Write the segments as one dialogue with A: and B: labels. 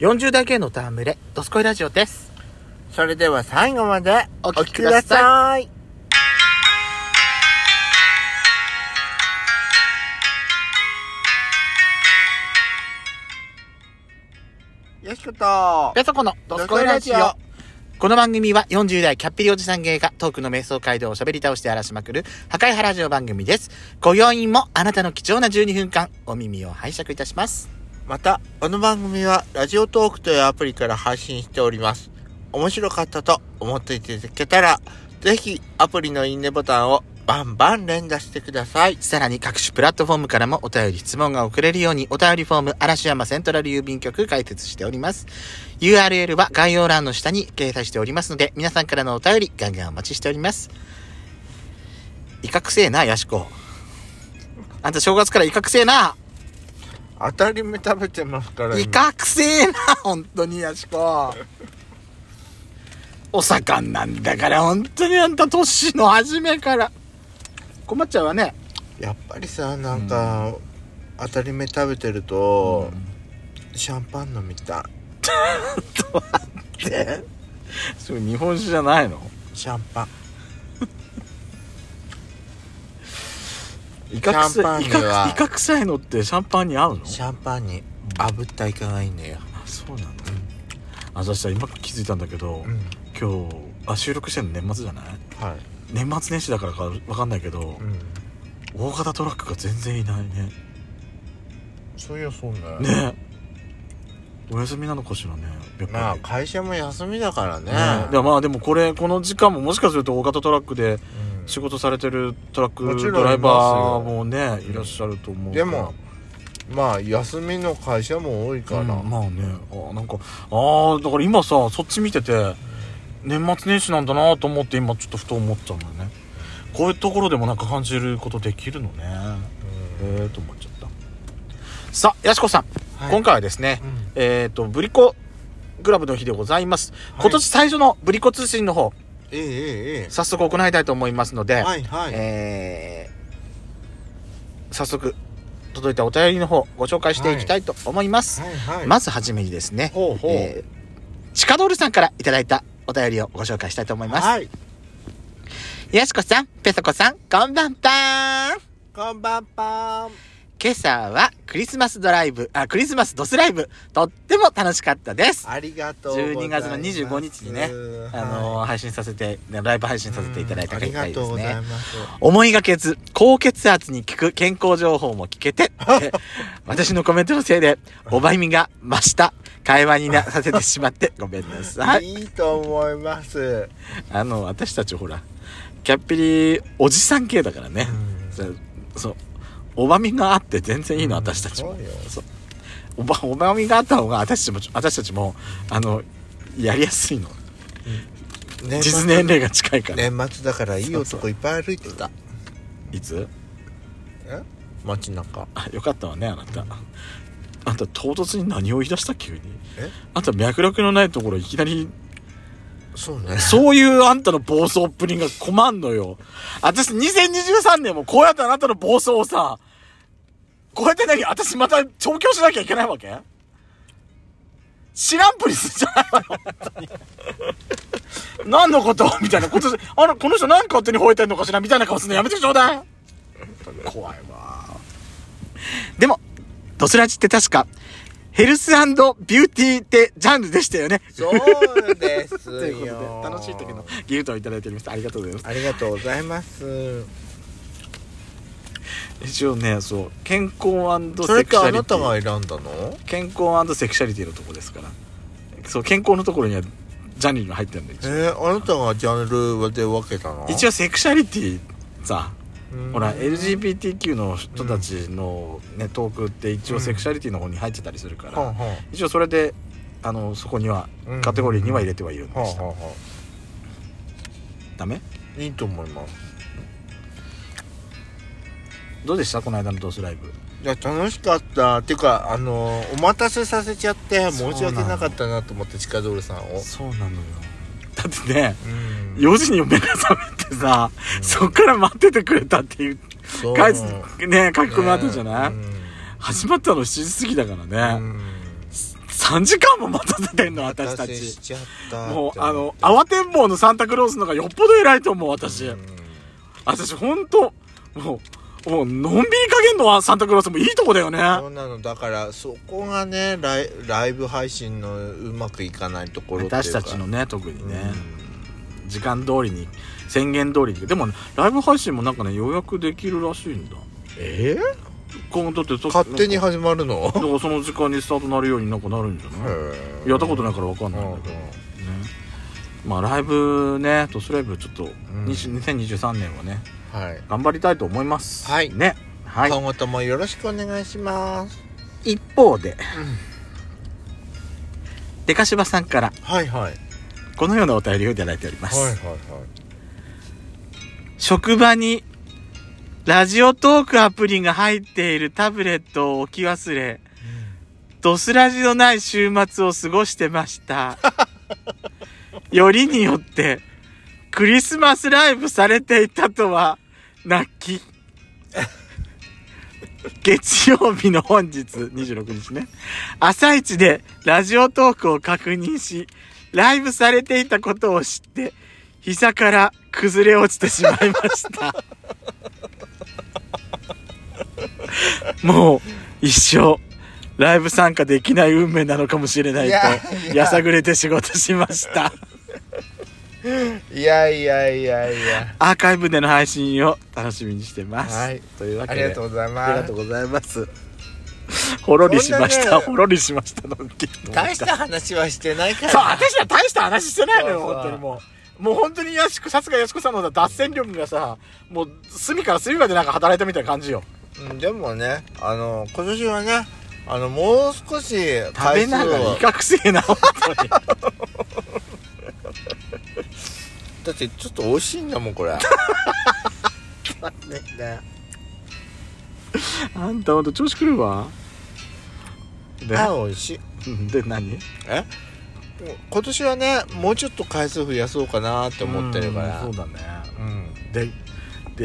A: 40代系のタームレ、ドスコイラジオです。
B: それでは最後まで
A: お
B: お
A: 聞
B: 聞
A: き
B: き
A: く
B: く
A: だ
B: だ
A: さ
B: さい。よしこと。
A: ペソコのドスコイラジオ。この番組は40代キャッピリおじさん芸がトークの瞑想街道を喋り倒して荒らしまくる破壊派ラジオ番組です。ご要員もあなたの貴重な12分間、お耳を拝借いたします。
B: また、この番組はラジオトークというアプリから配信しております。面白かったと思っていただけたら、ぜひアプリのいいねボタンをバンバン連打してください。
A: さらに各種プラットフォームからもお便り、質問が送れるようにお便りフォーム、嵐山セントラル郵便局開設しております。URL は概要欄の下に掲載しておりますので、皆さんからのお便り、ガンガンお待ちしております。威嚇せえな、ヤシコ。あんた正月から威嚇せえな。
B: 当たり目食べてますから
A: 威嚇せえな、本当にヤシコ。お盛んなんだから、本当にあんた年の初めから。困っちゃうわね。
B: やっぱりさなんか、当たり目食べてると、シャンパン飲みた
A: それ日本酒じゃないの
B: いシャンパン
A: 威
B: シャンパ
A: 嚇
B: ン
A: い
B: に
A: 威嚇
B: は
A: 威嚇臭いのってシャンパンに合うの
B: シャンパンに炙ったイカがいいんだよ、
A: あそうなんだ、あ私さ今気づいたんだけど、
B: ん、
A: 今日あ収録してるの年末じゃない
B: はい、
A: 年末年始だからかわかんないけど、
B: うん、
A: 大型トラックが全然いないね
B: そういやそうだよ
A: ねお休みなのかしらねやっ
B: ま
A: ぱ
B: あ
A: り、
B: 会社も休みだからね
A: ねでもまあでもこれこの時間ももしかすると大型トラックで
B: うん
A: 仕事されてるトラ
B: も
A: ッ
B: ち
A: ク
B: ろん
A: ドライバー
B: いますよ
A: もねいらっしゃると思うか
B: で
A: ら
B: もまあ休みの会社も多いから、
A: うんまあねあなんかああだから今さそっち見てて年末年始なんだなと思って今ちょっとふと思ったんだよねこういうところでもなんか感じることできるのねへえと思っちゃったさあやしこさん、
B: はい
A: 今回はですね、
B: うん
A: えっ、とブリコグラブの日でございます、今年最初のブリコ通信の方
B: えええええ
A: 早速行いたいと思いますので、
B: えはいはい、
A: えー早速届いたお便りの方ご紹介していきたいと思います、
B: はいはい
A: まずはじめにですね、
B: ほうほう
A: えーチカドールさんからいただいたお便りをご紹介したいと思います。
B: はい
A: よしこさん、ペソコさん、こんばんぱーん。
B: こんばんぱん
A: 今朝はクリスマスドライブ、あ、クリスマスドスライブ、とっても楽しかったです。
B: ありがとうございます
A: 12月の25日にね、あのー配信させて、ライブ配信させていただいた
B: うん
A: 結果
B: あ
A: で
B: りがと
A: す
B: うござい
A: ね。
B: ます
A: 思いがけず、高血圧に効く健康情報も聞け て、え私のコメントのせいで、おばゆみが増した会話になさせてしまってごめんなさい。
B: いいと思います。
A: あの私たちほらキャッピリおじさん系だからね、そそうおばみがあって全然いいの、
B: うん
A: 私たちも
B: そうよ
A: そうおばおばみがあった方が私たちも私たちもあのやりやすいの
B: 年
A: 実年齢が近いから、
B: 年末だからいい男いっぱい歩いてた。
A: いつ
B: え街中。
A: あよかったわねあなたあんた唐突に何を言い出した急に
B: え
A: あんた脈絡のないところいきなり
B: そうね。
A: そういうあんたの暴走っぷりが困んのよ。私2023年もこうやってあなたの暴走をさ、こうやって何私また調教しなきゃいけないわけ知らんぷりすんじゃないわよ、本当に。何のことみたいなことで、あら、この人何勝手に吠えてんのかしらみたいな顔するのやめてちょうだい。怖いわ。でも、ドスラジって確か、ヘルスビューティーってジャンルでしたよね。
B: そうです
A: ということ
B: よ。
A: で楽しい時の。ギフトをいただいておりましたありがとうございま
B: ありがとうございます。
A: す一応ねそう健康
B: そ
A: セ
B: れっ
A: クシ
B: て
A: ャ
B: あ
A: リ
B: な
A: テ
B: た
A: ィ
B: が選んだの？
A: 健康セクシャリティのとこですからそう健康のところにはジャンルが入ってるんで一
B: え
A: 応
B: ー、あなたがジャンルで分けたの？
A: 一応セクシャリティさ
B: うん
A: ほら LGBTQ の人たちの、ねトークって一応セクシャリティの方に入ってたりするから、
B: はんはん
A: 一応それであのそこには
B: うん
A: カテゴリーには入れてはいるんで
B: は
A: し
B: ん
A: た、
B: はんは
A: ダメ
B: んいいと思います。
A: どうでしたこの間のドースライブ
B: いや楽しかったっていうかあのお待たせさせちゃって申し訳なかったなと思って近ドールさんを
A: そうなのよだってね
B: うん
A: 4時に目が覚めてさ、そっから待っててくれたっていう
B: そう
A: 返すね書き込みあったじゃない、
B: うん
A: 始まったの7時過ぎだから
B: う
A: ね、
B: ん
A: さ3時間も待たせてんの、私た
B: お待せ
A: ち
B: し。ちゃった
A: もう、あの、
B: わ
A: 慌てんぼうのサンタクロースの方がよっぽど偉いと思う、私。私、ほんと、もう、もう、のんびり加減のサンタクロースもいいとこだよね。
B: そうなのだからそこがねライライブ配信のうまくいかないところっていうか
A: 私たちのね、特にね、
B: うん
A: 時間通りに、宣言通りに。でも、ライブ配信もなんかね、予約できるらしいんだ。
B: え
A: 今後だって
B: ー
A: そ、
B: 勝手に
A: なんか
B: 始まるの
A: だからその時間にスタートなるようになんかなるんじゃないやったことないからわかん
B: と
A: ないんだけど。ね、まあライブねトスライブちょっと、
B: ん
A: 20 2023年はね
B: はい
A: 頑張りたいと思います
B: はい
A: ねはい
B: 今後ともよろしくお願いします
A: 一方で、デカシバさんから
B: はいはいはい
A: このようなお便りをいただいております、
B: はいはい
A: 職場にラジオトークアプリが入っているタブレットを置き忘れドスラジのない週末を過ごしてました。よりによって、クリスマスライブされていたとは、泣 き。月曜日の本日、26日ね。朝一でラジオトークを確認し、ライブされていたことを知って、膝から崩れ落ちてしまいました。 もう、一生、ライブ参加できない運命なのかもしれない
B: い
A: と
B: やい、や
A: やさぐれて仕事しました。
B: いやいやいやいや
A: アーカイブでの配信を楽しみにしてます。
B: はい
A: というわ
B: あ
A: け
B: り
A: で。
B: がとうござい
A: あり
B: ま
A: がと
B: す
A: うございます。 ほろりしまし
B: そんな
A: た。
B: ね
A: ほろりしましたの。
B: 大した話はしてないから
A: そう、私は大した話してないのよ、
B: そうそう
A: 本当にもう。もう本当にやしこ、さすがやしこさんのさ脱線力がさ、もう隅から隅までなんか働いたみたいな感じよ。
B: うんでもねあの今年はねあのもう少し
A: 食べ
B: 回数
A: ながら
B: を
A: 威嚇せ えな、本当に。
B: だってちょっと美味しいんだもんこれ
A: あんたほんと調子狂うわ。で、
B: あ美味しい
A: うんで何
B: 今年はねもうちょっと回数増やそうかなって思ってるから
A: う
B: うんん
A: そうだね。で、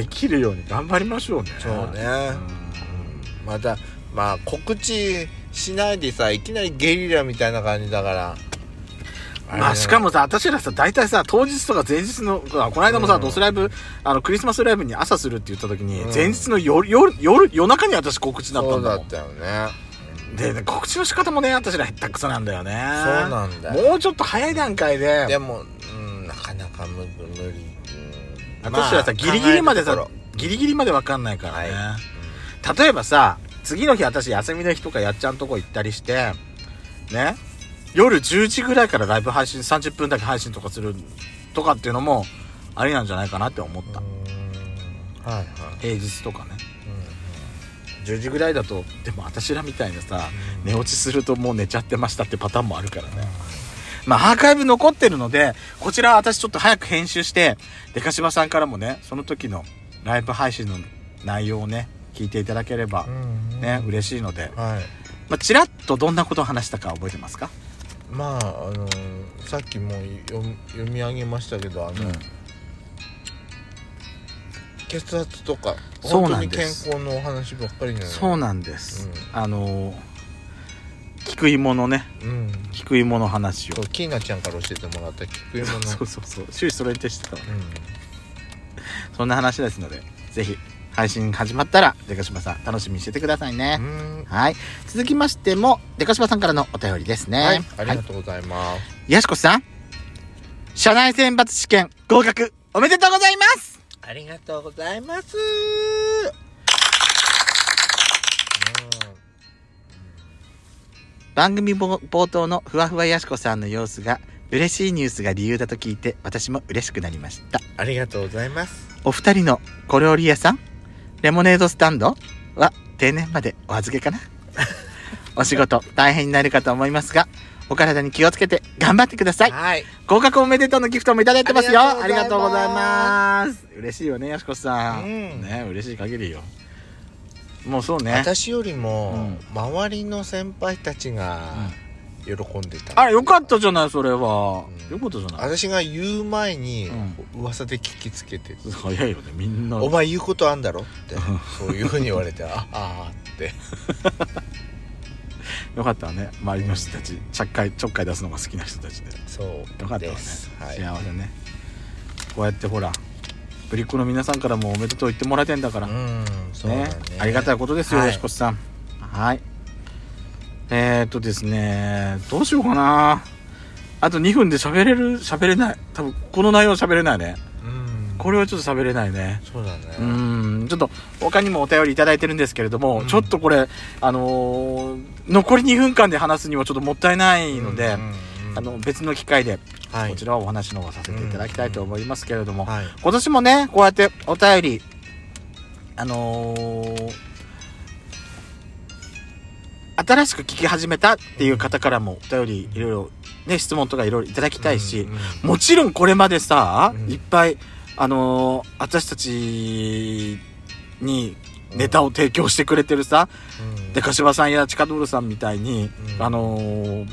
A: できるように頑張りましょうね。
B: そうね、
A: うん
B: またまあ告知しないでさいきなりゲリラみたいな感じだから
A: まあ、しかもさ、私らさ、大体さ、当日とか前日の、あこの間もさ、
B: うん
A: ドスライブ、あの、クリスマスライブに朝するって言った時に、
B: うん
A: 前日の夜、夜、夜、夜中に私告知だった
B: そ
A: ん
B: う
A: だ
B: だ
A: もん
B: ったよね
A: で、ね告知の仕方もね、私ら下手くそなんだよね。
B: そうなんだよ
A: もうちょっと早い段階で、
B: でも、うん、なかなか無無理、うん
A: 私らさ、
B: まあ
A: ギリギリまで
B: 考える
A: さ
B: とこ、
A: ギリギリまでわかんないからね。
B: は
A: 例えばさ、次の日私休みの日とかやっちゃんとこ行ったりして、ね、夜10時ぐらいからライブ配信、30分だけ配信とかするとかっていうのも、ありなんじゃないかなって思っ
B: ろ
A: た。
B: うんはいはい、
A: 平日とかね。
B: う
A: 10時ぐらいだと、でも私らみたいなさ、寝落ちするともう寝ちゃってましたってパターンもあるからね。まあアーカイブ残ってるので、こちら私ちょっと早く編集して、でかしばさんからもね、その時のライブ配信の内容をね、聞いていただければ
B: ん、うん
A: ね、嬉しいので、
B: はい
A: まあ、ちらっとどんなことを話したか覚えてますか
B: まああのーさっきも読み読み上げましたけどあの、血圧とか
A: そ
B: 本
A: う
B: 当
A: なん
B: に健
A: です
B: 康のお話ばっかりなの
A: そう
B: な
A: なんです。あのー、菊芋のね、
B: うん
A: 菊芋の話を
B: そ。うキーナちゃんから教えてもらった菊芋の
A: そうそうそう。終始それに徹してたわね。
B: うん
A: そんな話ですので、ぜひ、配信始まったら、でかしばさん、楽しみにしててくださいね。
B: うん
A: はい。続きましても、でかしばさんからのお便りですね。
B: はいありがとうございます、
A: やしこさん、社内選抜試験合格、おめでとうございます
B: ありがとうございます
A: 番組冒冒頭のふわふわやしこさんの様子が、嬉しいニュースが理由だと聞いて、私も嬉しくなりました。
B: ありがとうございます
A: お二人の小料理屋さん、レモネードスタンドは定年までお預けかな お仕事大変になるかと思いますが、お体に気をつけて頑張ってください。
B: はい
A: 合格おめでとうのギフトもいただいてますよあ
B: あ
A: り
B: り
A: が
B: が
A: と
B: と
A: う
B: う
A: ご
B: ご
A: ざ
B: ざ
A: い
B: い
A: ます嬉しいよねやしこさん、
B: うん
A: ね嬉しい限りよもうそうね
B: 私よりも
A: う
B: 周りの先輩たちが喜んでた、
A: あらよかったじゃないそれは、
B: う
A: よ
B: ん
A: かったじゃない
B: 私が言う前に
A: うん
B: 噂で聞きつけて、
A: 早いよねみんな
B: お前言うこと あんだろ?」ってそういうふうに言われて「ああ」って
A: よかったわね周りの人たちちゃっかいちょっかい出すのが好きな人たちで
B: そう
A: よかったわ
B: で
A: ね
B: す、はい、
A: 幸せねこうやってほらぶりっ子の皆さんからもおめでとう言ってもらえてんだから、
B: うんそうだね
A: ねありがたいことですよ、
B: はい
A: よしこさんはいえー、っとですねどうしようかなあと2分で喋れる喋れない多分この内容は喋れないね
B: うん
A: これはちょっと喋れないね
B: そうだね
A: うーんちょっと他にもお便りいただいてるんですけれども、
B: うん
A: ちょっとこれあのー残り2分間で話すにはちょっともったいないので、
B: うんうん
A: あの別の機会で
B: はい
A: こちらはお話の方はさせていただきたいと思いますけれども、
B: はい
A: 今年もねこうやってお便りあのー新しく聞き始めたっていう方からもお便りいろいろね質問とかいろいろいただきたいし、
B: うんうん
A: もちろんこれまでさ、
B: うん
A: いっぱいあのー私たちにネタを提供してくれてるさ、
B: うん
A: でかしばさんやちかどるさんみたいに、
B: うん
A: あのー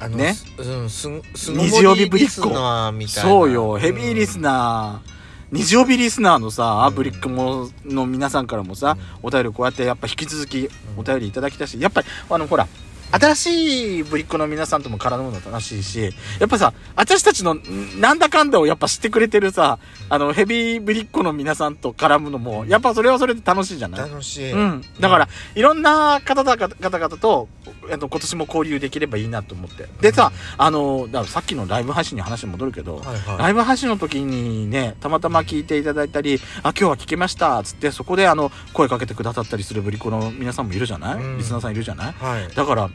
B: あの
A: ね
B: すうんすす
A: 日曜日ぶりっ子
B: スノボリリスナーみたいな
A: そうよ、ヘビーリス
B: ー
A: ナー、日曜日リスナーのさ、
B: うん
A: ブリックもの皆さんからもさ、お便りこうやってやっぱ引き続きお便りいただきたいし、やっぱり、あの、ほら、新しいブリックの皆さんとも絡むの楽しいし、やっぱさ、私たちのんなんだかんだをやっぱ知ってくれてるさ、あの、ヘビーブリックの皆さんと絡むのも、やっぱそれはそれで楽しいじゃない
B: 楽しい
A: うん。だから、いろんな方々方々と、えっと、今年も交流できればいいなと思って。でさ、あの、だからさっきのライブ配信に話戻るけど、
B: はいはい
A: ライブ配信の時にね、たまたま聞いていただいたり、あ、今日は聞けました、つって、そこであの、声かけてくださったりするぶり子の皆さんもいるじゃない、
B: うん
A: リスナーさんいるじゃない
B: はい
A: だから、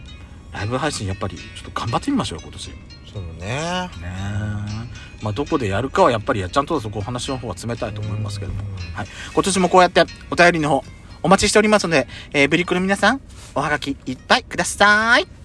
A: ライブ配信やっぱり、ちょっと頑張ってみましょうよ、今年。ね
B: そうね
A: えまあ、どこでやるかはやっぱり、ちゃんとそこお話の方は冷たいと思いますけども。
B: うん
A: はい。今年もこうやって、お便りの方、お待ちしておりますので、えー、ぶり子の皆さん、おはがきいっぱいください。